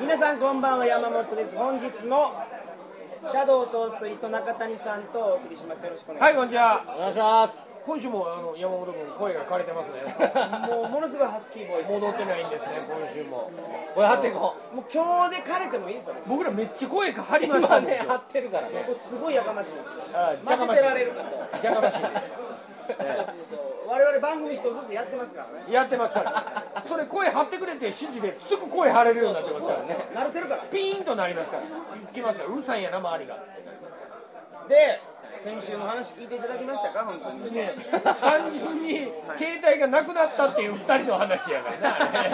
皆さんこんばんは山本です本日もシャドウ総帥と中谷さんとお送りしますよろしくお願はいい、しこんにちは。お願いします今週もあの山本君声が枯れてますね。ますもうものすごいハスキーボイス戻ってないんですね、今週も。これ貼っていこもう今日で枯れてもいいですよね僕らめっちゃ声が張りうました今もん。ね今日貼ってるからねこれすごいやかましいんですよああ負けてられるかとじゃがましいね。そうそうそう我々番組一つずつやってますからねやってますから。それ声張ってくれって指示ですぐ声張れるようになってますからね。慣れてるからピーンとなりますから。きますから。うるさいんやな周りが。で先週の話聞いていただきましたか本当にね、単純に携帯がなくなったっていう二人の話やからねあれ。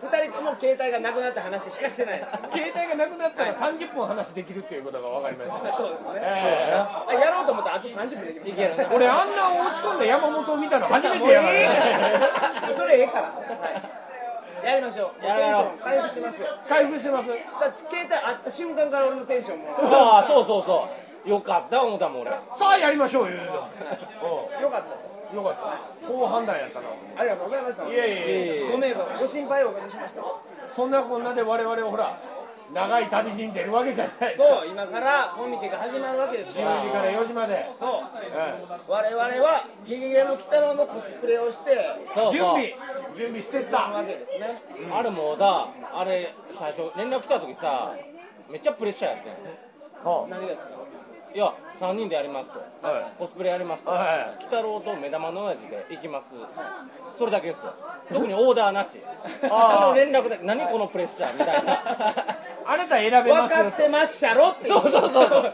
2人とも携帯がなくなった話しかしてないです携帯がなくなったら30分話できるっていうことが分かりましたね。そうですね、ええあやろうと思ったらあと30分できますいける俺あんな落ち込んだ山本を見たの初めてやからええねからそれええから、はい、やりましょうやろうやろうテンション回復しますよ回復してますだって携帯あった瞬間から俺のテンションもよああそうそうそうよかった思ったもん俺さあやりましょう言うてたうかったんよかった好判断やったなありがとうございましたいやいやいやご迷惑ご心配をおかけしましたそんなこんなで我々ほら長い旅路に出るわけじゃない10そう今からコミケが始まるわけです時よから4時まで、そうう、我々はゲゲゲの鬼太郎のコスプレをしてそうそうん準備準備してっるわたけですねあれもうだあれ最初連絡来た時さめっちゃプレッシャーやっては何がですかんいや3人でやりますといはコスプレやりますとい鬼は太郎と目玉の親父で行きますそれだけですよ特にオーダーなしそあの連絡だけ何このプレッシャーみたいないあなた選べま分すかってまっしゃろってそうそうそう そう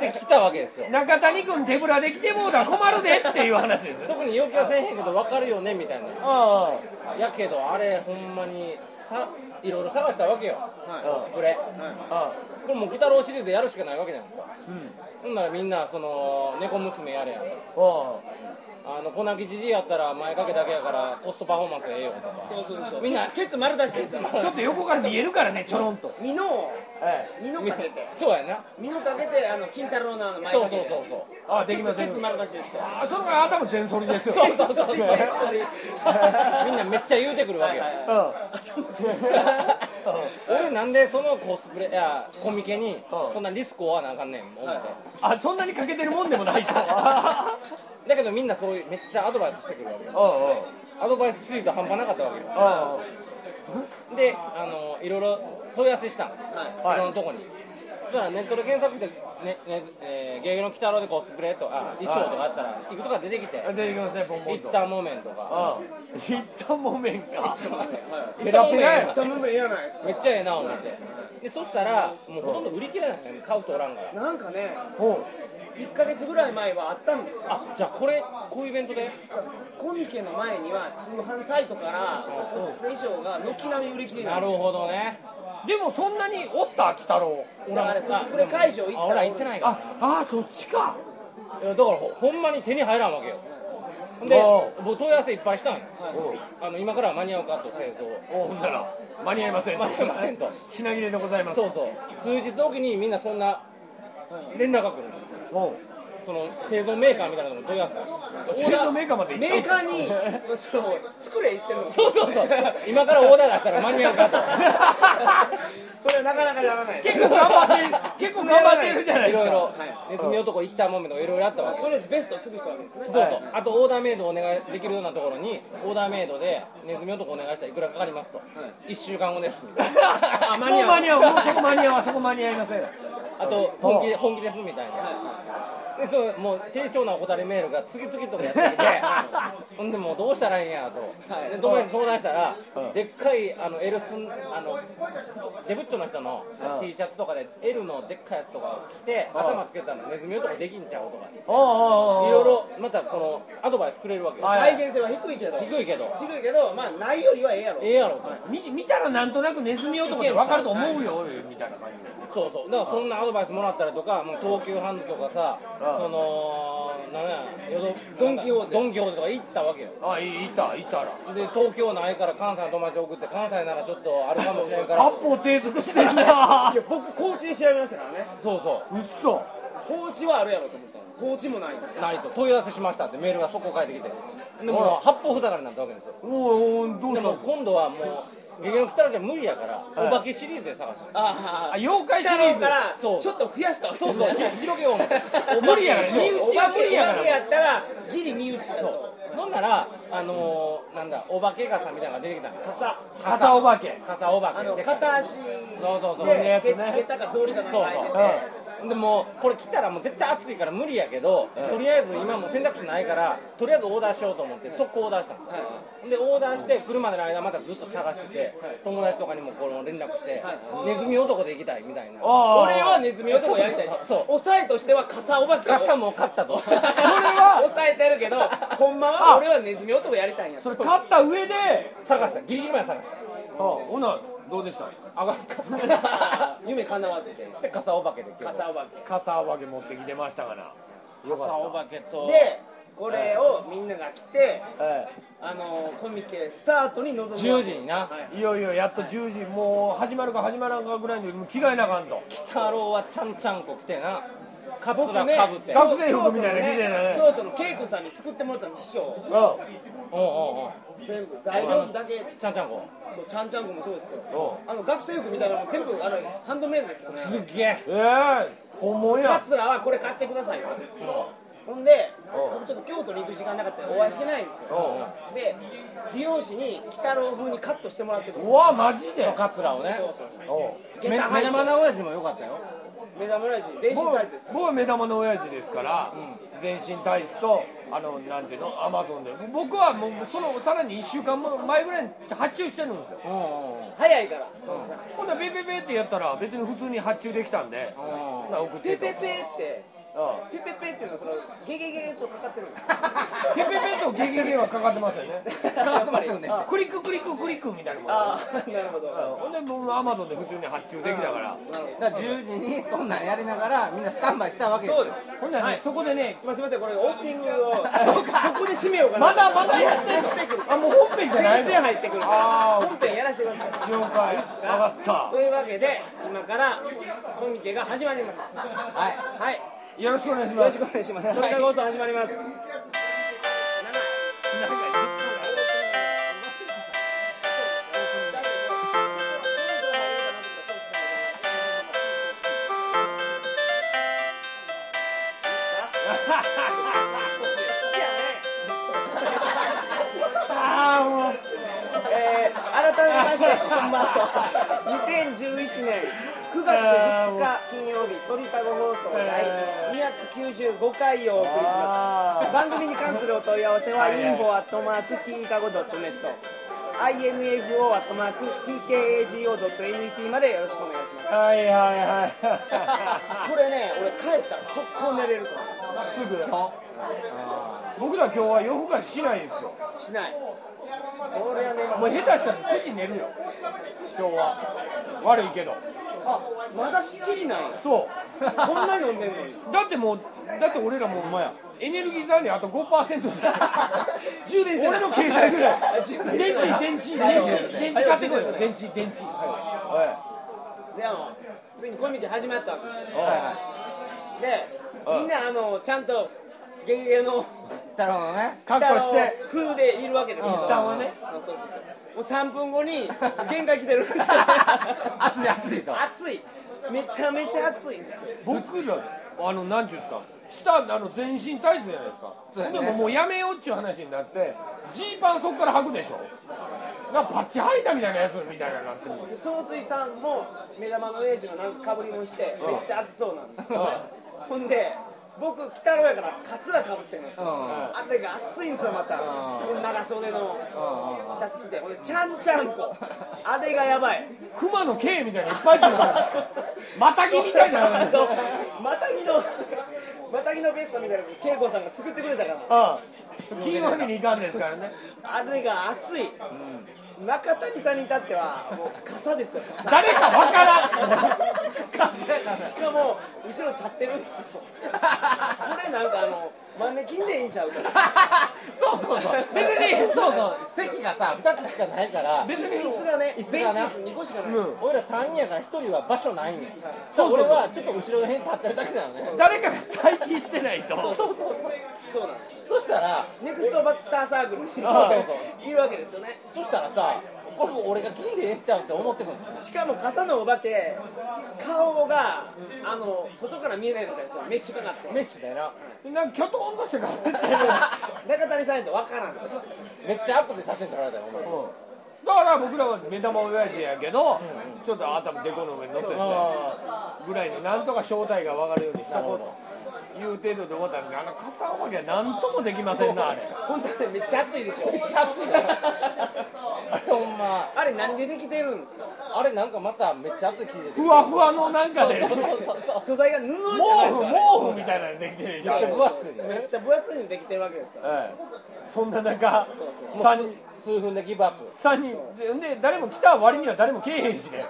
で来たわけですよ中谷君手ぶらで来てもうだら困るでっていう話ですよ特に陽気はせえへんけど分かるよねみたいなあやけどあれほんまにさいろいろ探したわけよ、はコスプレああこれもう鬼太郎シリーズでやるしかないわけじゃないですかあうんほんならみんなその猫娘やれやんああの粉木じじいやったら前掛けだけやからコストパフォーマンスええよとかそうそうそうみんなケツ丸出しですからあちょっと横から見えるからねちょろんと美濃え美濃かけてそうやな美濃かけてあの金太郎のあの前そう掛そうけでそう そえあできませケんツ丸出しですよあその前頭全剃りですよそうそうそうねうみんなめっちゃ言うてくるわけよ、はいはいうん 俺なんでそのコスプレいやコミケにんそんなリスクを負わなあかんねん思って、あそんなにかけてるもんでもないとだけどみんなそういうめっちゃアドバイスしてくるわけようんうんアドバイスついて半端なかったわけよあであのいろいろ問い合わせしたん、はいい、ろんなとこにそしたらネットで検索して「ねねえー、ゲゲの鬼太郎」でコスプレとか衣装とかあったらいくつか出てきてあ出てきますねボン「ボ一ンと旦モメン」とかうんいったんもめんか「ペラペラやめなっちゃ頼むべやないですめっちゃええな思ってでそしたらもうほとんど売り切れないね買う人おらんからなんかねおう1か月ぐらい前はあったんですよあじゃあこれこういうイベントでコミケの前には通販サイトからコスプレ衣装が軒並み売り切れなるどほどねでもそんなにおった鬼太郎だからコスプレ会場行ったあ俺ら行ってないかああそっちからいやだからほほんまに手に入らんわけよほんでお僕問い合わせいっぱいしたんよおうあの今からは間に合うかと製造おうほんなら間に合いません間に合いませんと品切れでございますそうそう数日おきにみんなそんな連絡が来るんですよおうその製造メーカーみたいなのに問い合わせ製造メーカーまで行ったメーカーにそう作れ言ってんのそうそうそう今からオーダー出したら間に合うかと それはなかなかやらない結構頑張ってる結構頑張って るじゃないいですろいかろはいネズミ男一旦もめとかいろいろあったわけとりあえずベストを尽くしたわけですねそうそうあとオーダーメイドをお願いできるようなところにオーダーメイドでネズミ男お願いしたらいくらかかりますと、一1週間後ですみたいなあ間に合うもう間に合うもうそこ間に合うそこ間に合いませ んあと本気で本気ですみたいな、でそうもう丁重なお答えメールが次々とかやってきて ほんでもうどうしたらいいんやと、はいで友達に相談したら、うんでっかいあの L スンあのデブッチョの人のうん T シャツとかで L のでっかいやつとかを着てうん頭つけたらネズミ男できんちゃうとかいおうおうおうおうろいろまたこのアドバイスくれるわけよ、はい再現性は低いけど低低いけどいけどまあないよりはええやろええやろと、見見たらなんとなくネズミ男って分かると思うよみたいな感じでそうそうだからそんなアドバイスもらったりとかもう東急ハンズとかさああそのなんやよどドンキホーテドンキホーテとか行ったわけよ あいいたいたらで東京ないから関西の友達送って関西ならちょっとあるかもしれんか八ら方低速してるない や僕高知で調べましたからねそうそうっそ高知はあるやろと思ったのコーチもないんですないと問い合わせしましたってメールがそこ返ってきてでもう八方塞がりになったわけですよおいおいどうでしたのも今度はもう「劇の鬼太郎」じゃ無理やから、いお化けシリーズで探してあああ妖怪シリ太ー郎ズからちょそうっと増やしたわけそうそうひ広げよう思ってお無理やから身内は無理やかお化らけやったらギリ身内だとほんならあのー、なんだお化け傘みたいなのが出てきたの傘傘お化け傘お化けあので片足そうそうそでこうんなやつね下下駄か草履かなんかそう履いててそう、でもこれ来たらもう絶対暑いから無理やけど、うんとりあえず今もう選択肢ないからとりあえずオーダーしようと思って速攻オーダーしたんです、でオーダーして来るまでの間またずっと探してて、友達とかにもこの連絡して、ネズミ男で行きたいみたいな、ああ俺はネズミ男やりたいそう抑えとしては傘お化けを 傘も勝ったと それは抑えてるけどほんまは俺はネズミ男やりたいんやそれ勝った上で探したギリギリまで探しあほなどうでしたたあがんかっ 夢叶わせて たで傘お化けで今日傘お化け傘お化け持ってきてましたから傘お化けとでこれをみんなが来てえあのコミケスタートに臨む10時になはいえいよいよやっと10時もう始まるか始まらんかぐらいにもう着替えなあかんと鬼太郎はちゃんちゃんこ来てなカツ僕ラねかぶって、学生服みたいなの着てたね京都のね京都の恵子さんに作ってもらったんです師匠おうおうおう全部材料費だけちゃんちゃんこそうちゃんちゃんこもそうですよおあの学生服みたいなのも全部あのハンドメイドですよねすっげえええ本物や桂はこれ買ってくださいよほんでお僕ちょっと京都に行く時間なかったらお会いしてないんですよおうで美容師に鬼太郎風にカットしてもらってたんでうわマジでカツラをねそうそうおう下目駄目入っ玉ての親父も良かったよ目玉ラジ全身僕タイツですよ僕は目玉の親父ですから、全身タイツとあのなんていうのアマゾンで僕はもうそのさらに1週間前ぐらいに発注してるんですようんうんうん早いからほんならペペペってやったら別に普通に発注できたんで、ほんなら送ってペとペペってうんペペペっていうのはそのゲゲゲゲとかかってるんですよペペペとゲゲゲはかかってますよねやっぱりねあクリッククリッククリックみたいなもんあーなるほどうんほんで僕アマゾンで普通に発注できたから、だから10時にそんなんやりながらみんなスタンバイしたわけですよそうですほんならね、はいそこでねすみません、すみません、これオープニングを、こそうかこで締めようかな。まだまだやってるしてくる。あもう本編じゃない全の然入ってくるあかーら、本編やらせてください。了解分かったというわけで、今からコミケが始まります。ははい、よろしくお願いしよろましすくお願いします。鳥かご放送始まります。ああもうえー改めまして、こんばんは。2011年9月2日金曜日、鳥かご放送第295回をお送りします。番組に関するお問い合わせは、はいはい info.tkago.net、info.tkago.net までよろしくお願いします。はいはいはいこれね、俺帰ったら速攻寝れると思すぐ僕ら今日は夜更かししないですよう。しない。これは寝ますもう下手したら9時寝るよ今日は悪いけどあ、まだ7時なんや。そうこんなに飲んでんのに。 だってもうだって俺らもうエネルギー残量あと5%しか充電せな俺の携帯ぐらい充電電せな池電池電池電池買ってこいよ電池電池であのついにコミュニティ始まったわけですよいはいはでうんみんなあのちゃんとゲゲゲのい鬼太郎の ねカッコして北の風でいるわけですようん一旦はねあそうそうそうもう3分後 に限界来てるんですよ暑い暑いと暑いめちゃめちゃ暑いんですよ僕らあのなんていうんですか下あの全身タイツじゃないですかそうですねほんでもうもうやめようっちゅう話になってジーパンそこから履くでしょなんかパッチ履いたみたいなやつみたいなのになってる総帥さんも目玉のエイジのなんか被りもしてめっちゃ暑そうなんですよねほんで僕鬼太郎やからカツラ被ってるんですようんあれが暑いんですよまたう長袖のうんうんうんシャツ着てほんでちゃんちゃんこあれがやばい熊の毛みたいなのいっぱいついてるまたぎみたいなの そそうまたぎのまたぎのベストみたいなの恵子さんが作ってくれたからうん金曜日に行かんですからねあれが熱い、中谷さんに至ってはもう傘ですよ傘誰かわ からしんかも後ろ立ってるんですよこれなんかあの豆金でいいんちゃうかそうそうそう別にそうそう席がさ2つしかないから別に椅子がね椅子ベンチがな椅子2個しかない、俺ら3人やから1人は場所ないんよさあ俺はちょっと後ろの辺立ってるだけなのね誰かが待機してないとそうそうそうそうなんですよそしたらネクストバッターサークルにあそういるわけですよねそしたらさこれも俺が金でええんちゃうって思ってくるんですよしかも傘のお化け顔があの外から見えないのですよメッシュかかってメッシュだよななんかキョトンとして顔してるだか中谷さんやとわからんとめっちゃアップで写真撮られたよお前ら僕らは目玉親父やけど、ちょっと頭デコの上に乗せてぐらいのなんとか正体が分かるようにしとこうという程度で終わったんであの傘お化けは何ともできませんなあれ本当にめっちゃ暑いでしょめっちゃ暑いからあれほんまあれ何でできてるんですかあれなんかまためっちゃ暑い生地でふわふわのなんかで毛そう布そうそうそう素材が布じゃないですよね毛布みたいなのできてるじめゃっんちゃ分厚いねめっちゃ分厚いのできてるわけですよそんな中も三人う数数分でギブアップ三人でで誰も来た割には誰も来えへんしね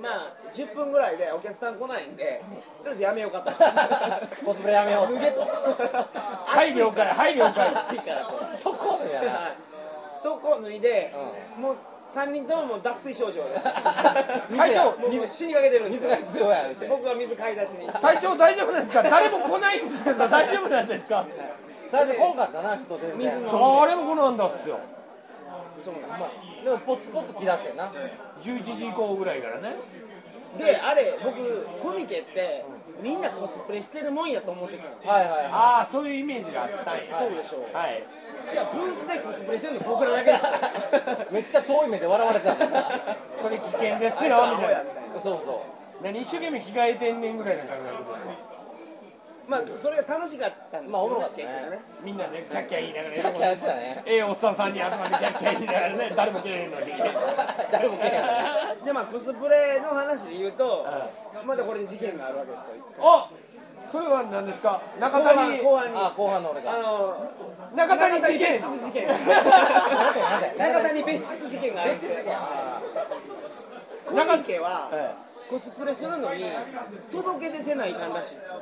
まあ10分ぐらいでお客さん来ないんでとりあえずやめようか とコスプレやめよう脱げと配慮から配慮から暑いからとそこやなはいそこを脱いで、もう3人とももう脱水症状 です会長もうもう死にかけてるんです水よが必要や言うて僕が水買い出しに体調大丈夫なんですか誰も来ないんですけど大丈夫なんですか最初こんかったな人全水然の誰も来なんだっすよそうなんまあでもポツポツ来だしてよな11時以降ぐらいからねであれ僕コミケってみんなコスプレしてるもんやと思ってたのはいはいはああそういうイメージがあったんやそうでしょうはいじゃあブースでコスプレしてるの僕らだけです いめっちゃ遠い目で笑われてたもんなそれ危険ですアよホみたいやなみたいなそうそ何一生懸命着替えてんねんぐらいの感覚ですよまあそれが楽しかったんですよ、まあおもろかったね結局ねみんなねキャッキャ言いながらうキャッキャやってたねええおっさん3人集まってキャッキャ言いながらね誰も来えへんのに誰も来へんからね でまあコスプレの話で言うと、まだこれで事件があるわけですよおそれは何ですか中後半谷後半にあ後半の俺あがの中谷中谷事別件室事件んだ中谷別室事件があるんですよコミケはコスプレするのに届け出せないかんらしいですよ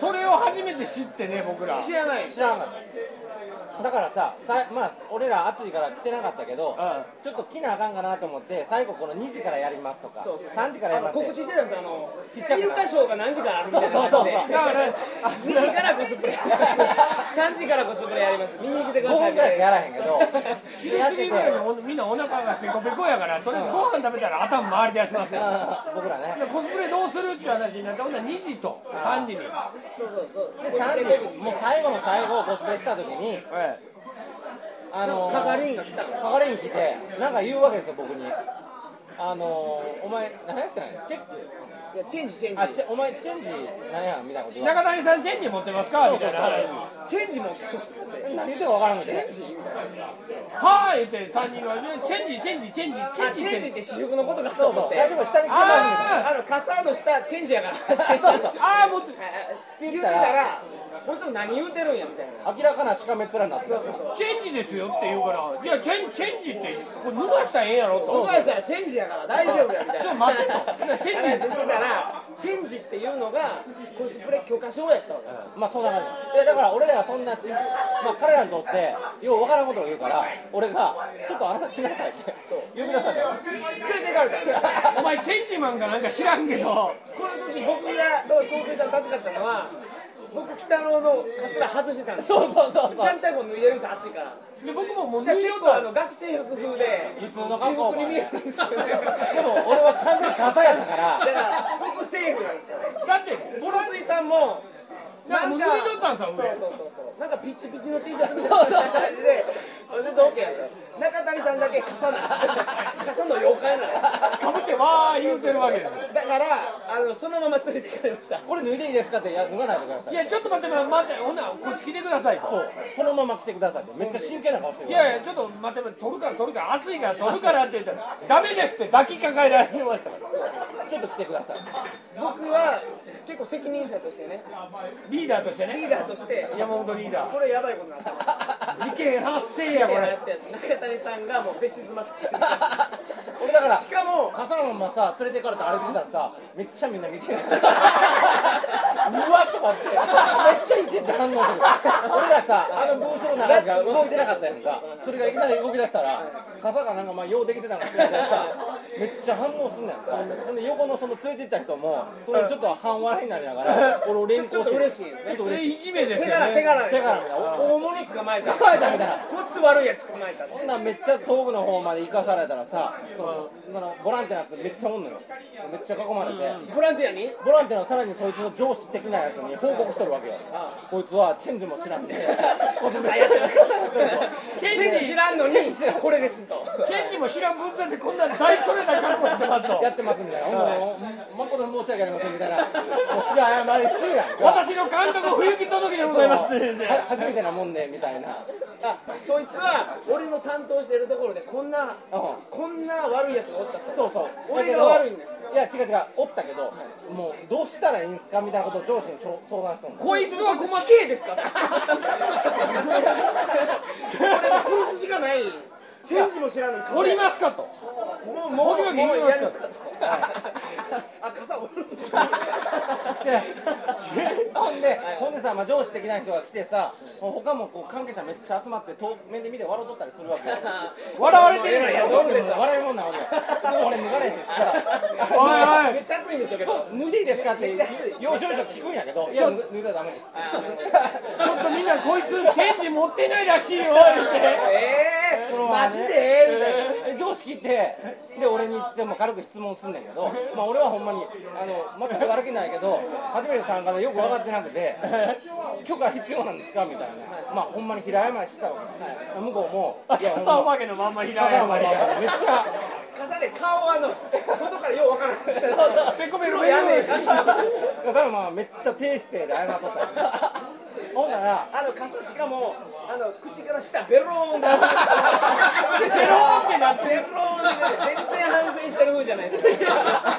それを初めて知ってね僕ら知らない知らんかっただからささまあ俺ら暑いから来てなかったけうど、ちょっと来なあかんかなと思って最後この2時からやりますとかそうそう3時からやありまの告すって知してたんですよあのちっちゃくイルカショーが何時からあるみたいなそ感じうそうでそうだからあ2時からコスプレ3時からコスプレやります見に来てくだ5さいみ分ぐたいらいしかなやらへんけど昼やっ過てぎてぐらいにおみんなお腹がペコペコやからとりあえずご飯食べたら頭回り出しますようん僕らねでコスプレどうするっていう話になってほんなら2時と3時にそうそうそうで3時もう最後の最後コスプレした時にあのー係員が来たから係員来てなんか言うわけですよ僕にあのーお前何やってたんやチェックいやチェンジチェあンジチェお前チェンジ何やみたいなこと言われ中谷さんチェンジ持ってますかみたいな話にチェンジ持ってますってて何言ってるか分からんくてチェンジみたいなはーいって3人がねチェンジチェンジチェンジチあェンジチチェェンンジっジて私服のことかとそう思っそうて大丈夫下に来てもああらえるのカサードしたチェンジやからってそうそうああもっと言ってたらこいつも何言うてるんやみたいな明らかなしかめっ面になってたよチェンジですよって言うからいやチェンチェンジってこれ脱がしたらええやろと僕がしたらチェンジやから大丈夫やみたいなちょっと待 ってとチェンジ話してたらチェンジっていうのがコスプレ許可証やったわけまあそんな感じでだから俺らがそんなち、まあ、彼らにとってようわからんことを言うから俺が「ちょっとあなた来なさい」って呼び出されたよ連れてかれたんですよお前チェンジマンかなんか知らんけどこの時僕が創生さん助かったのは僕北郎のカツラ外してたんですよそうそうそうちそゃうんちゃんこ脱いでるんですよ暑いからで僕ももうじゃ脱あい結よ構あとの学生服風で普通の格好私服に見えるんですよねでも俺は完全に傘やったかだからら僕セーフなんですよねだってボラ総水さんもなんかもう脱いとったんさそう上そうそうそうなんかピチピチの T シャツみたいな感じで全然 OK なんですよ中谷さんだけ傘なんですよ傘の妖怪なんですよかぶってわー言うてるわけですよだからあのそのまま連れてかれましたこれ脱いでいいですかっていや脱がないでくださいいやちょっと待って待って待ってほんならこっち来てくださいとそうそのまま来てくださいってめっちゃ真剣な顔してるいやいやちょっと待って待って取るから取るから暑いから取るからって言ったらダメですって抱きかかえられてましたからちょっと来てください 僕は結構責任者としてねリーダーとしてリーねダーとして山本リーダーこれやばいことになった事件発生やこれ中谷さんがもう別室まで俺俺だからしかも笠のままさ連れて行かれて歩いてたらさめっちゃみんな見てるうわっとか思ってめっちゃいちいち反応する俺らさあのブースの中しか動いてなかったやんかそれがいきなり動き出したら笠がなんかまあようできてたのか知らんけどさめっちゃ反応すんねんかほんで横のその連れて行った人もそれにちょっと半笑いになりながら俺を連行してちょっと嬉しいですねちょっとそれ嬉しいいじめです手よ柄ね手柄です手柄みたいな大物捕まえた捕まえたみたいなこっち悪いやつ捕まえたこんなんめっちゃ遠くの方まで行かされたらさ、そのそのボランティアのやつめっちゃおんのよ、めっちゃ囲まれて、ボランティアにボランティアのさらにそいつの上司的なやつに報告しとるわけよ、こいつはチェンジも知ら んで、こいつやってますチェンジ全然知らんのにこれですとチェンジも知らん分際でこんな大それた格好してますとやってますみたいな、ほんなら誠に申し訳ありませんみたいな、もう謝りするやんか、私の監督冬木届でございますそうは初めてなもんでみたいな、あそいつは俺の担当してるところでこんなうんこんな悪いやつがおったとそうそう、俺だけがど悪いんですいや違う違う、おったけど、もうどうしたらいいんすかみたいなことを上司に相相談したの。こいつは困っ死刑ですか俺殺すしかないチェンジも知らんのにおりますかともうもうもボキボうキ言いますからやりますかとあ傘折るんですねで ほんで、ほんでさ、まあ、上司的な人が来てさ、もう他もこう関係者めっちゃ集まって、遠面で見て笑うとったりするわけ よ。笑われてるのいにや笑うても笑いもんなわけよ。でも俺、脱がれへんってさ、おいおいめっちゃ暑いんでしょうけどそう脱いでいいですかって、要所要所聞くんやけど、いや、脱いだらダメですちょっとみんなこいつチェンジ持ってないらしいよってええそのままマジねでみたいなで上司聞いてで俺に言っても軽く質問すんねんけど、まあ、俺はほんまにあの全く歩けないけど初めて参加でよく分かってなくて許可必要なんですかみたいなまあほんまに平山してたわけ、向こうもいやほん朝おままけのまんま開いだからまあめっち傘で顔あの外からようわからないですけどペコペ黒コやめえペコペコゃだからまあめっちゃ低姿勢で謝っとったほんならあの傘しかもあの口から下ベローンだベローンで全然ベローンってなって反省してる風じゃないですか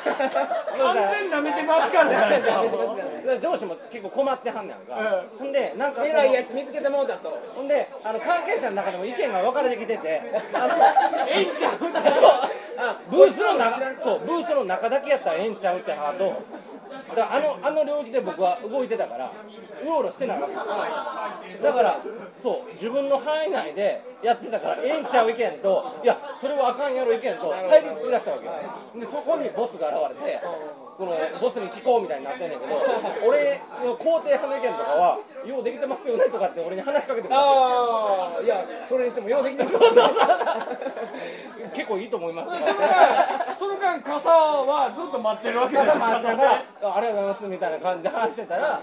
完全舐めてますからね上司も結構困ってはんねやんか、ほんでなんかその偉いやつ見つけてもうたとほんであの関係者の中でも意見が分かれてきててあのええんちゃうってあブースの中そうブースの中だけやったらええんちゃうってハートだからあのあの領域で僕は動いてたからうろうろしてないわけですだからそう自分の範囲内でやってたからええんちゃう意見といやそれはあかんやろ意見と対立しだしたわけでそこにボスが現れてこのボスに聞こうみたいになってんねんけど俺の肯定派の意見とかはようできてますよねとかって俺に話しかけてくる ああいやそれにしてもようできてますね結構いいと思いますそよの間その間傘はずっと待ってるわけでたすだまあだからあありがとうございますみたいな感じで話してたら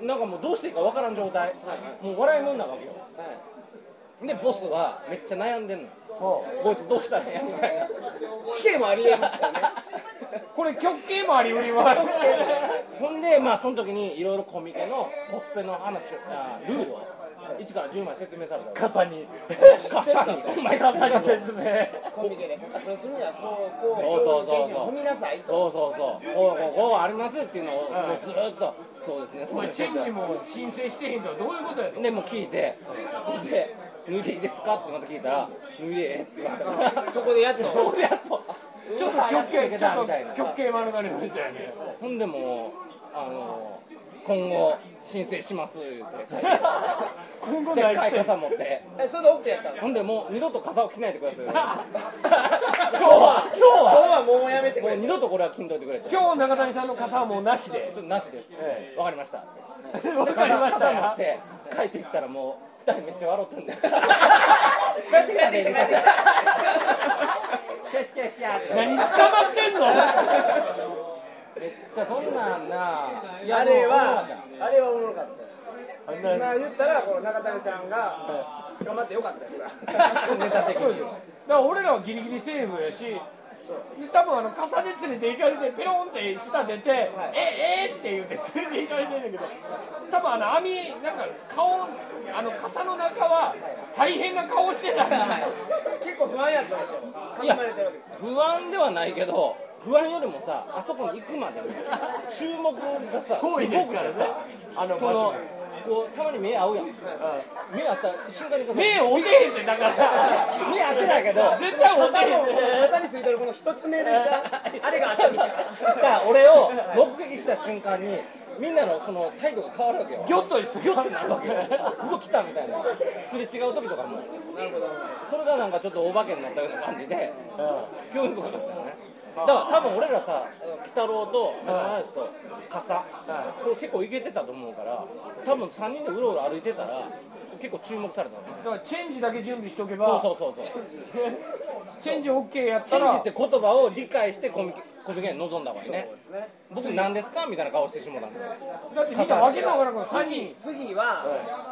なんかもうどうしていいかわからん状態もう笑いもんなわけよでボスはめっちゃ悩んでんのこいつどうしたらええやみたいな死刑もありえますからねこれ極刑もありうり ますほんでまあその時にいろいろコミケのコスペの話をあルールを1から10まで説明された傘にカサにお前カサ傘にに説明コンビニでコスプレするにはこうこうそうこうそうそうそういう手順を踏みなさいとそうそうそうこうこうこうありますっていうのをもうずーっとそうですねおそう前ですチねェンジも申請してへんとはどういうことやとでもう聞いて、で、脱いでいいですかってまた聞いたら、脱いでええって言われて、そこでやっとそこでやっと、ちちょょっっとと極極刑刑ちちょょっっととみたいな、極刑免れましたよねほんでもう、あの今後、申請します言うて、今後でなっいかい規制傘持って、えそれで OK やったのほんでもう二度と傘を着ないでください言われて、今今日は、今日今は、日はもうやめてくもうれ二度とこれは着んといてくれって、ちょ今日中谷さんの傘はもうなしでっとなしです、えわかりました。 わかりました傘持って、帰っていったらもう、二人めっちゃ笑ったんだよ。帰って帰って帰って帰って何捕まってんのじゃあそんなんな、いやあれもうはあれはおもろかったです今言ったらこの中谷さんが捕まってよかったですわネタ的に。だから俺らはギリギリセーフやしで多分あの傘で連れて行かれてペロンって下出て、ええって言って連れて行かれてんだけど多分あの網なんか顔あの傘の中は大変な顔してたんだ結構不安やったでしょい囲やまれてるわけですよ不安ではないけど不安よりもさあそこに行くまでの注目がさすご遠いくですからねさあのそ場所のこうたまに目合うやん目合った瞬間にこう目おてへんってだから目合ってないけど絶対おて傘へんのっこての傘についてるこの一つ目ですかあれがあったんですよ だから俺を目撃した瞬間にみんなのその態度が変わるわけよギョッとしてギョッてなるわけうわ来たみたいなすれ違う時とかもそれがなんかちょっとお化けになったような感じで興味深かったよねだから多分俺らさ鬼太郎と七つと傘これ結構いけてたと思うから多分3人でうろうろ歩いてたら結構注目されたのねだからチェンジだけ準備しとけそうばそうそうそうチェンジ OK やっチたェンジらって言葉を理解してコミケコミケに臨んだ方がいいねそうですね僕何ですかみたいな顔してしもたんでだってみんなわけのわからんから3人次は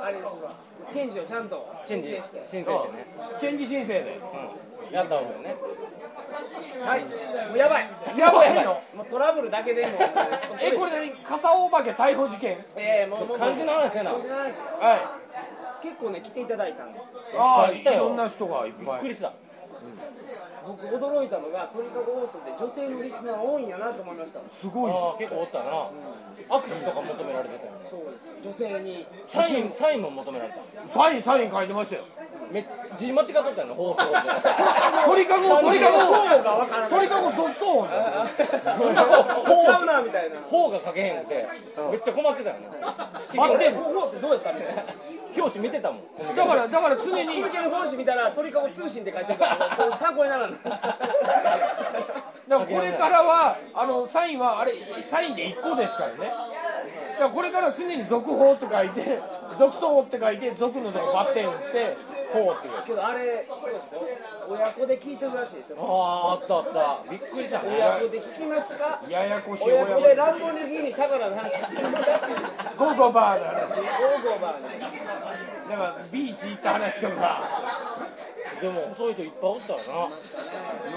あれですわチェンジをちゃんとチェンジ申請してチェンジしてね、チェンジ申請でうん、やった方がいいよねはいもうやばいやばいのもうトラブルだけでもえこれ何笠お化け逮捕事件ええもうもう漢字の話せな漢字の話はい結構ね来ていただいたんですよああいいっぱいいたよろんな人がいっびぱっくりいした僕驚いたのが鳥かご放送で女性のリスナー多いんやなと思いましたすごいっすあー結構おったな、握手とか求められてたよねそうです女性にサインサインも求められたサインサイン書いてましたよめっ字間違っとったよね放送で鳥かご鳥か方がわからごない鳥かご続走音だよそんなこちゃううなみたいな頬が書けへんくてめっちゃ困ってたよね待って方法ってどうやったみたいな表紙見てた もんだからだから常にコミケの本紙見たら鳥かご通信って書いてるからこう参考にならんなだからこれからはあのサインはあれサインで1個ですからねだからこれから常に続報って書いて続走って書いて続のとこバッテン打って報って書いてけどあれそうですよ親子で聞いてるらしいですよあああったあったびっくりしたね親子で聞きますかややこしい親親子でランボルギーニ宝の話聞きますかっていうゴーゴーバーの話だかゴーゴーバーねらビーチ行った話とかよでもそういう人いっぱいおったよ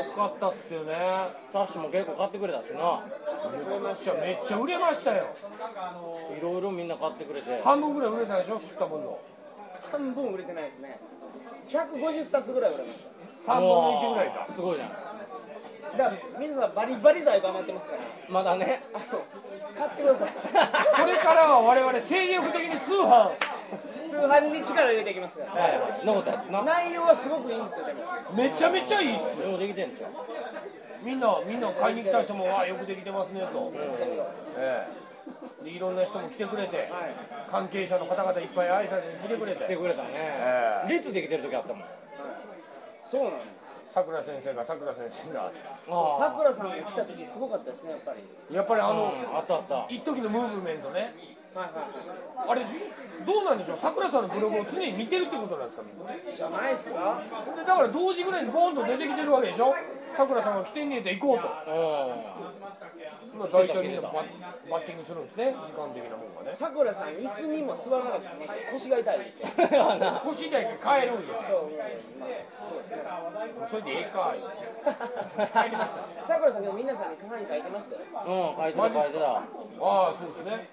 なかったっすよねサッシも結構買ってくれたしなじゃめっちゃ売れましたよいろいろみんな買ってくれて半分ぐらい売れたでしょ吸った分の半分売れてないですね150冊ぐらい売れました3分の1ぐらいかすごいじゃんだから皆さんバリバリ在庫余ってますからまだねあの買ってくださいこれからは我々精力的に通販通販に力入れていきますからはい残ったやつな内容はすごくいいんですよでもめちゃめちゃいいっすでもできてんですよみんなみんな買いに来た人もわあよくできてますねと、ええでいろんな人も来てくれて、関係者の方々いっぱい挨拶に来てくれて来てくれたえねえ列できてる時あったもんそうなんですさくら先生がさくら先生があさくらさんが来た時すごかったですねやっぱりやっぱりああののあったあった一時のムーブメントねはいはいあれどうなんでしょうさくらさんのブログを常に見てるってことなんですかみんなはいじゃないですかでだから同時ぐらいにボーンと出てきてるわけでしょさくらさんが来てんねえと行こうとうまあ大体みんなバッバッティングするんですね時間的なもんがねさくらさん椅子にも座らなかったですね腰が痛いってん。 腰痛いから帰るんよそう、まあ、そうですねそれでええか帰りましたさくらさんでも皆さんにサイン書いてましたようん、書いてた書いてた。ああそうですね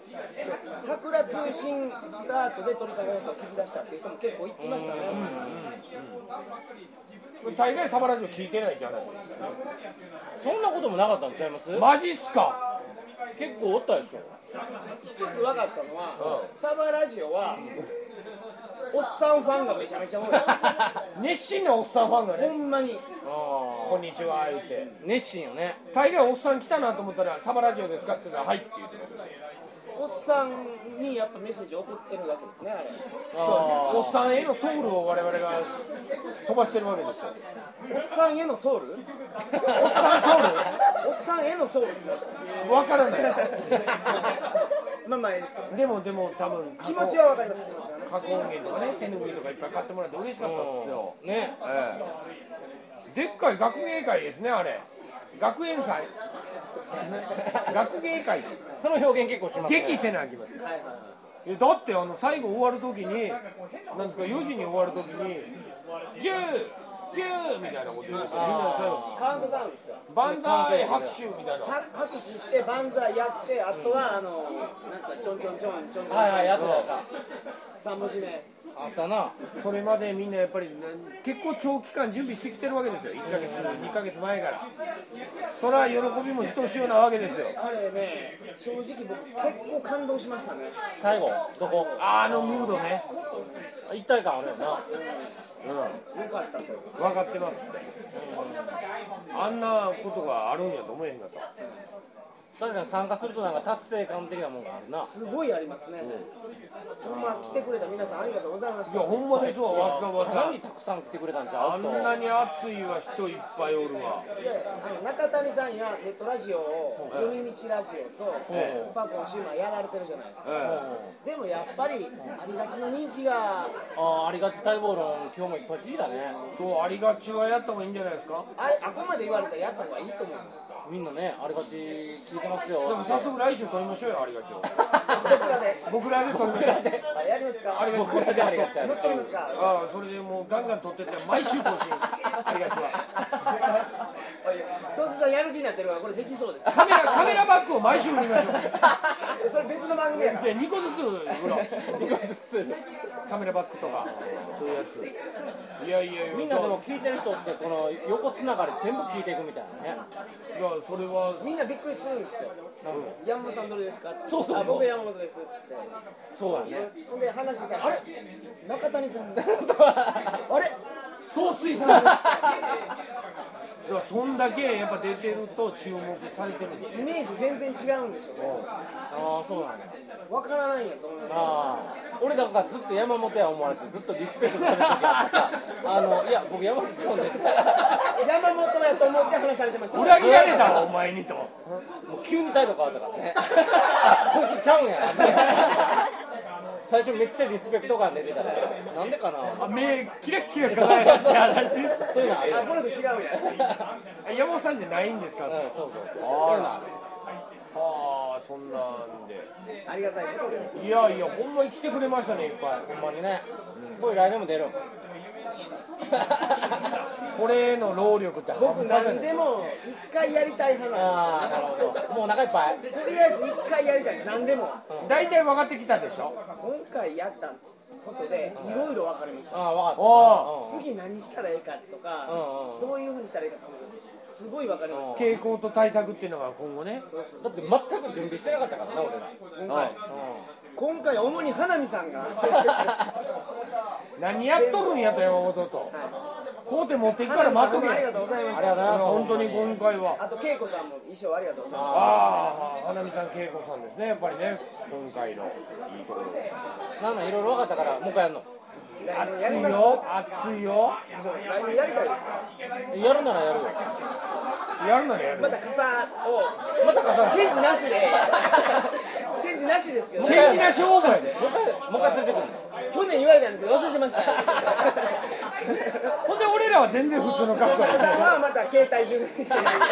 桜通信スタートで鳥かご放送を聞き出したっていう人も結構いましたね大概サバラジオ聞いてないって話ですそんなこともなかったんちゃいます、マジっすか結構おったでしょ。一つ分かったのは、サバラジオはおっさんファンがめちゃめちゃ多熱心なおっさんファンがいねほんまに あこんにちは言ってあ。熱心よね。大概おっさん来たなと思ったらサバラジオですかって言ったらはいって言ってましたおっさんにやっぱメッセージを送ってるわけですねあれおっさんへのソウルを我々が飛ばしてるわけですよおっさんへのソウルおっおっさんソおっさんへのソウルってなんですかウルわから ないまあまあいいですけどでもでも多分気持ちはわかります気持ちはね加工音源とかね手ぬぐいとかいっぱい買ってもらって嬉しかったっすよね。ええでっかい学芸会ですねあれ学園祭学芸会その表現結構します、ね。激せなあきますはいはいはいいやだってあの最後終わる時になんですか4時に終わる時に「10ピューみたいなこと言うてみんな最後カウントダウンですよ万歳拍手みたいなさ拍手して万歳やってあとはあのなんかちょんちょんちょんちょんちょんちょんはいはいやった3文字目あったなそれまでみんなやっぱりな結構長期間準備してきてるわけですよ1ヶ月2ヶ月前からそれは喜びもひとしおなわけですよあれね正直僕結構感動しましたね最後そこあのムードね一体感あるよなうよかったとん分かってますあんなことがあるんやと思えへんかった確かに参加するとなんか達成感的なもんがあるなすごいありますねほんま来てくれた皆さんありがとうございましいやたほんまですわわざかなわりたくさん来てくれたんちざあゃうんとなに熱いわ人いっぱいおるわであの中谷さんやネットラジオを「読み道ラジオ」と「ええスーパーコンシューマー」やられてるじゃないですかえでもやっぱりありがちの人気がああありがち待望論今日もいっぱい聞いたえねそうありがちはやった方がいいんじゃないですかあれあこまで言われたらやった方がいいと思うんですよみんなねありがち聞いてますでよも早速来週撮りましょうよありが ちを僕らで僕らで撮りましょうあやりますかありがち乗僕らでありがちっ取りますかああそれでもうガンガン撮ってって毎週更新ありがちは そうするとやる気になってるからこれできそうですカメラカメラバッグを毎週売りましょうそれ別の番組やからで2個ずつ売ろう意外と強いカメラバッグとかそういうやついやいやいやみんなでも聞いてる人ってこの横つながり全部聞いていくみたいなねいやそれはみんなびっくりするんですよ山本さんどれですかそうそうそうあ僕山本ですってそう やねほんで話してたらあれ中谷さんですあれ総水産ですだからそんだけやっぱ出てると注目されてるんですイメージ全然違うんでしょうねああそうなんやわからないんやと思いますよああ俺だからずっと山本や思われてずっとリスペクトされてたからさあのいや僕山本ちゃうんで山本だと思って話されてました裏切られたわお前にともう急に態度変わったからねあこいつちゃうんや最初めっちゃリスペクト感出てたからなんでかなあ目キラッキラ輝かして話そういうのあるよあこの人違うやん山本さんじゃないんですかうんそうそうそうそういうのあるはあそんなんでありがたいことですいやいやほんまに来てくれましたねいっぱいほんまにねこれ来年も出るこれの労力って半僕端じゃ何ないでも一回やりたい派なん ああなるほどもうお腹いっぱいですよとりあえず一回やりたいです何でも大体分かってきたでしょ今回やったことでいろいろ分かりましたああ分かったお次何したらええかとかうんうんどういうふうにしたらええかっていうのがすごい分かりまし傾向と対策っていうのが今後ねだって全く準備してなかったからな俺らた今回今回主に花見さんが 何やっとるんやと山本とこうて持っていくから待っとけありがとうございましありがとうござたいます本当に今回はあと恵子さんも衣装ありがとうございまああ花見さん恵子さんですねやっぱりね今回のいいところなんなんいろいろ分かったからもう一回やるのす来年やり熱いますよ熱いよ来年やりたいですかやるならやるよやるならやるまた傘をまたかさ チェンジなしでチェンジなしですけどチェンジなし応募やでもう一回もう一回連れて くるの去年言われたんですけど忘れてましたほんで俺らは全然普通の格好中さんやはまた携帯準備して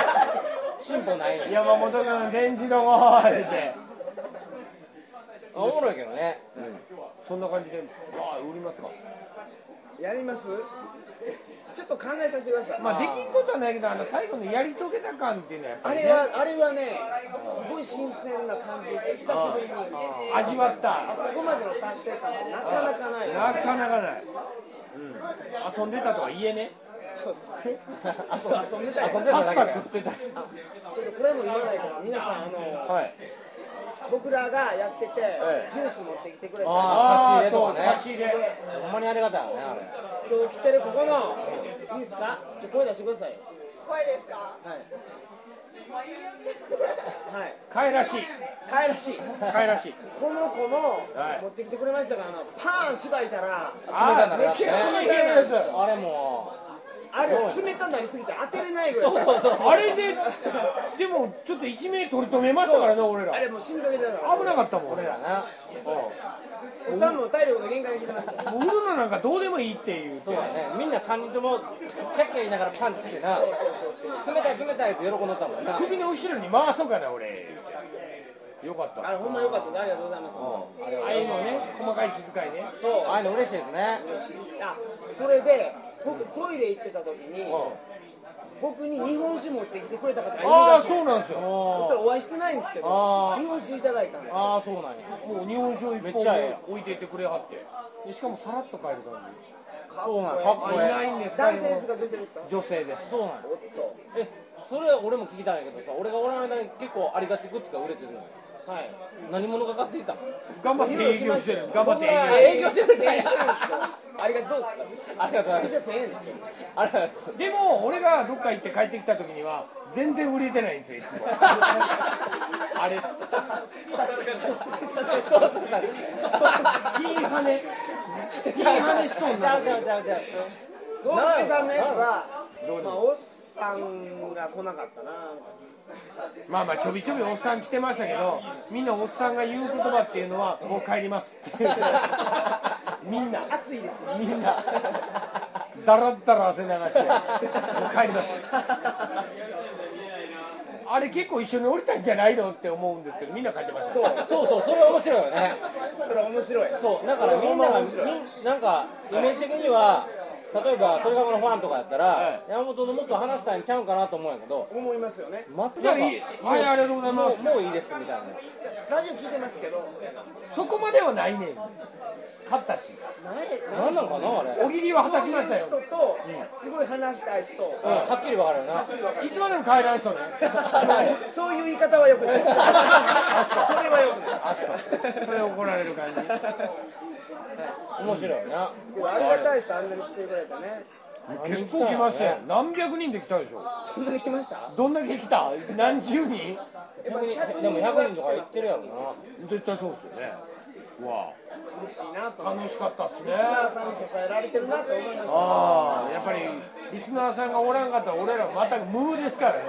進歩ないのよ山本君電池どもーっておもろいけどねそんな感じでああ売りますか やりますちょっと考えさせてください、まあできんことはないけどあの最後のやり遂げた感っていうのはやっあぱりれねはあれはねすごい新鮮な感じでした久しぶりに味わっあたそこまでの達成感ってなかなかないなかなかない、うん、遊んでたとは言えねそうそうそうそう 遊んでた遊んよでパたスだタけだよ食ってたそれでこれも言わないから皆さんあのはい僕らがやっててええジュース持ってきてくれたりああ差し入れとかああそう差しね入れほんまにありがたいよねあれ今日来てるここのいいですかじゃあ声出してくださいよ声ですかはいはいかいらしい可愛らしいかいらしいこの子もはい持ってきてくれましたからあのパーンしばいたらあなあくめなっっちちゃゃう冷たいやつあれもあれ冷たになりすぎて当てれないぐらいそうそうそうあれででもちょっと一命取り留めましたからね俺らあれもう心臓出たから危なかったもん俺らなおっさんも体力の限界に来てましたよもう売るのなんかどうでもいいっていうそうだねみんな3人ともキャッキャ言いながらパンチしてな冷たい冷たいって喜んどったもんな首の後ろに回そうかな俺よかったあれほんま良かったですありがとうございますあれああいうのね細かい気遣いねそうああいうの嬉しいですねあそれで僕トイレ行ってた時にあ僕に日本酒持ってきてくれた方がいるあらーしいんですよそうなんですよそしたらお会いしてないんですけどあー日本酒いただいたんですよああそうなんやもう日本酒を一めっ本ちゃええ置いていってくれはってでしかもさらっと帰る感そうなんかかっっここじえあいなえいんですか男性ですか女性ですか女性ですそうなんやおっとえそれ俺も聞きたいんやけどさ俺がおらん間に結構ありがちグッズが売れてるのよはい何者が買っていったの頑張って営業してる頑張って営僕業してらる営業してるんだ営業してるんですよありがちどうですかありがとうございま私はす1000円ですよありがとうございますでも俺がどっか行って帰ってきた時には全然売れてないんですよいつもあれ金跳ね金跳ねしそうにちゃなうるちゃうちゃうちゃうゾウスケさんのやつはまあおっさんが来なかったなまあまあちょびちょびおっさん来てましたけどみんなおっさんが言う言葉っていうのはもう帰りますってみんな暑いですよみんなだらだら汗流してもう帰りますあれ結構一緒に降りたんじゃないのって思うんですけどみんな帰ってましたそうそうそうそれ面白いよねそれ面白いそうだからみんながみそれは面んなんかイメージ的には例えば鳥かごのファンとかやったら、は山本のもっと話したいんちゃうんかなと思うんやけど思いますよね全くじゃあいいはいありがとうございますもうもういいですみたいなラジオ聞いてますけどそこまではないねん勝ったし何や何なのかなあれ、おぎりは果たしましたよ人とすごい話したい人はっきり分かるよないつまでも帰らん人ねそういう言い方はよくないそれはよくないあっそうそれ怒られる感じ面白いよな、でもありがたいですあんなに来てくれてね結構来ましたよ何百人で来たでしょそんなに来ましたどんだけ来た何十人逆にでも100人とか言ってるやろな絶対そうですよねうわ嬉しいなと楽しかったっすねリスナーさんに支えられてるなと思いましたああやっぱりリスナーさんがおらんかったら俺ら全く無ですからね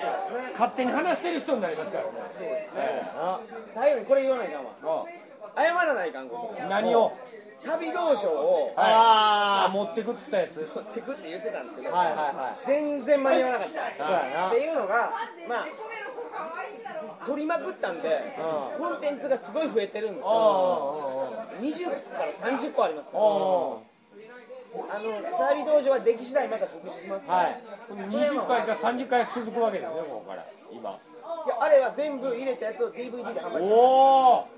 そうですね勝手に話してる人になりますからねそうですね太陽にこれ言わないかんわあ謝らないかんことあ何を旅道場をはいああ持ってくっつったやつ持ってくって言ってたんですけど、はいはいはい全然間に合わなかったんですよそうやなっていうのがまあ取りまくったんで、うコンテンツがすごい増えてるんですあよあ20から30個ありますからああの旅道場はでき次第また告知しますから、、はいい20回から30回続くわけですねここから今やあれは全部入れたやつを DVD で販売してますおお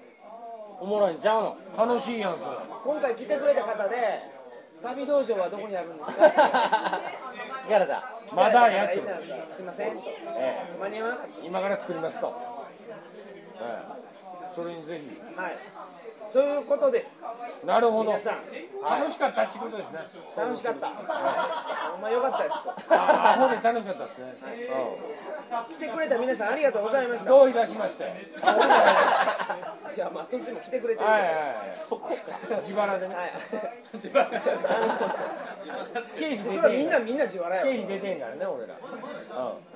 おもろいんちゃうの楽しいやんそれ今回来てくれた方で旅道場はどこにあるん ですか聞かれたまだやつ聞かれた方がいたんですよすいませんとえ間に合わなかったえ今から作りますと、ええ、それにぜひはい、そういうことです。なるほど皆さん、楽しかったってことですね楽しかった。お前良かったです。あアホで楽しかったですね、来てくれた皆さんありがとうございました。どういたしましていやまあそうしても来てくれてる。はいはいはいそこか自腹でね、はいそれ経費出てんかはらみんなみんな自腹や経ろ。費出てんからね俺らい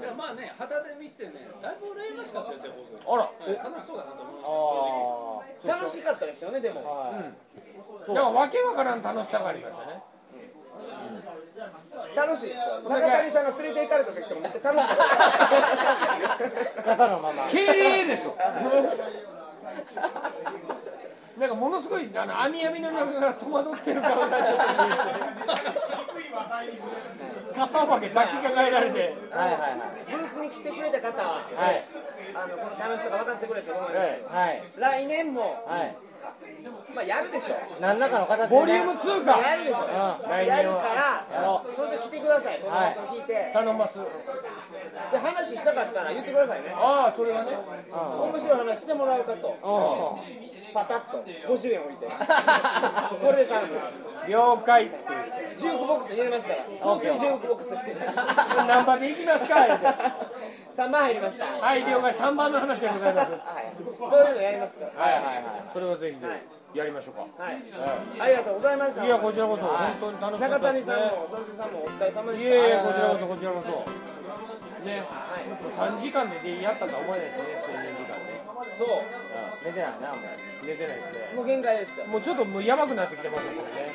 やまあね、旗で見せてね、だいぶ羨ましかったですよ、僕。あらはい楽しそうだなと思いまあ楽しかったですよねであも。はいなんかわけわからん楽しさがありましたね楽しいですよ。中谷さんが連れて行かれた時とかめっちゃ楽しかった。肩のまま敬礼ですよなんかものすごいあの網網の中が戸惑ってる顔になっちゃってるかさばけ抱きかかえられてはいはいはいブースに来てくれた方は、はいあのこの楽しさが分かってくれたと思いますけど。はい来年もはいまあやるでしょう。何らかの形でねボリューム2やかるでしょう。来や年るかはら。それで来てください。この放送聞いて。頼ますで話したかったら言ってくださいねああそれはね面白い話してもらうかとうんパタッと50円置 いてこれで頼む了解っていうジュークボックスに入れますからそうするジュークボックスナンバーでいきますか言うて3万入りましたはい、はい了解3番の話でございますそういうのやりますからはいはいはいそれはぜひぜひやりましょうか、はい、ありがとうございましたいやこちらこそ本当に楽しか中った谷ですさんねも佐々木さんもお疲れ様でいしえたいえこちらこそこちらこそねはい、 3時間でやったとは思えないですよね睡眠時間ねそう寝てないなもう寝てないですねもう限界ですよもうちょっともうやばくなってきてますもんねもう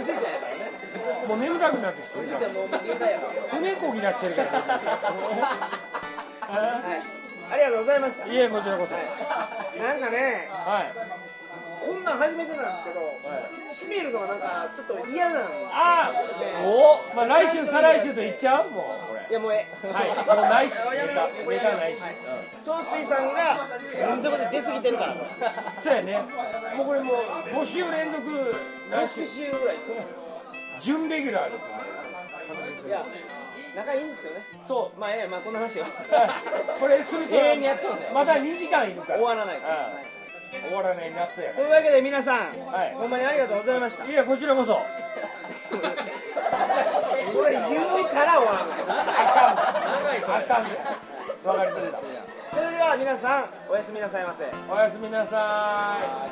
おじいちゃんやからねもう眠たくなってきておるじいちゃんもう限界やから骨こぎ出してるからはいありがとうございましたいえこちらこそなんかねはいこんなん初めてなんですけど、閉めるのがなんかちょっと嫌なんであすねおまあ来週再来週と言っちゃうもうこれいやもうええはいもうないしネタネタないし、総帥さんが連続で出過ぎてるからそうやねもうこれもう5週連続来週6週ぐらい準レギュラーですねいや仲いいんですよねそうまあええまあこの話は これすると永遠にやっとるねまだ2時間いるから終わらないからうん終わらない夏やというわけで皆さん、はいほんまにありがとうございましたいやこちらこそそれ言うから終わらないあかんあかんわかりましたそれでは皆さんおやすみなさいませおやすみなさい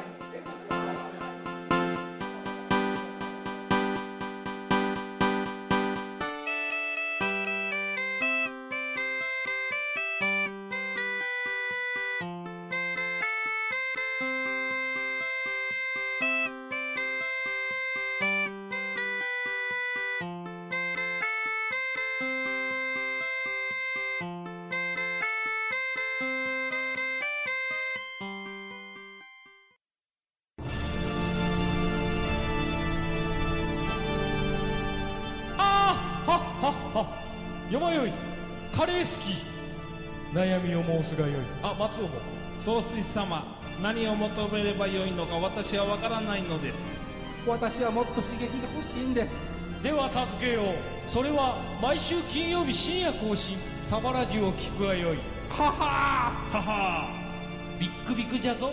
あーはっはっはよまよいカレー好き悩みを申すがよいあ松尾も総帥様何を求めればよいのか私は分からないのです私はもっと刺激が欲しいんですでは助けようそれは毎週金曜日深夜更新サバラジュを聞くがよいははービックビックじゃぞ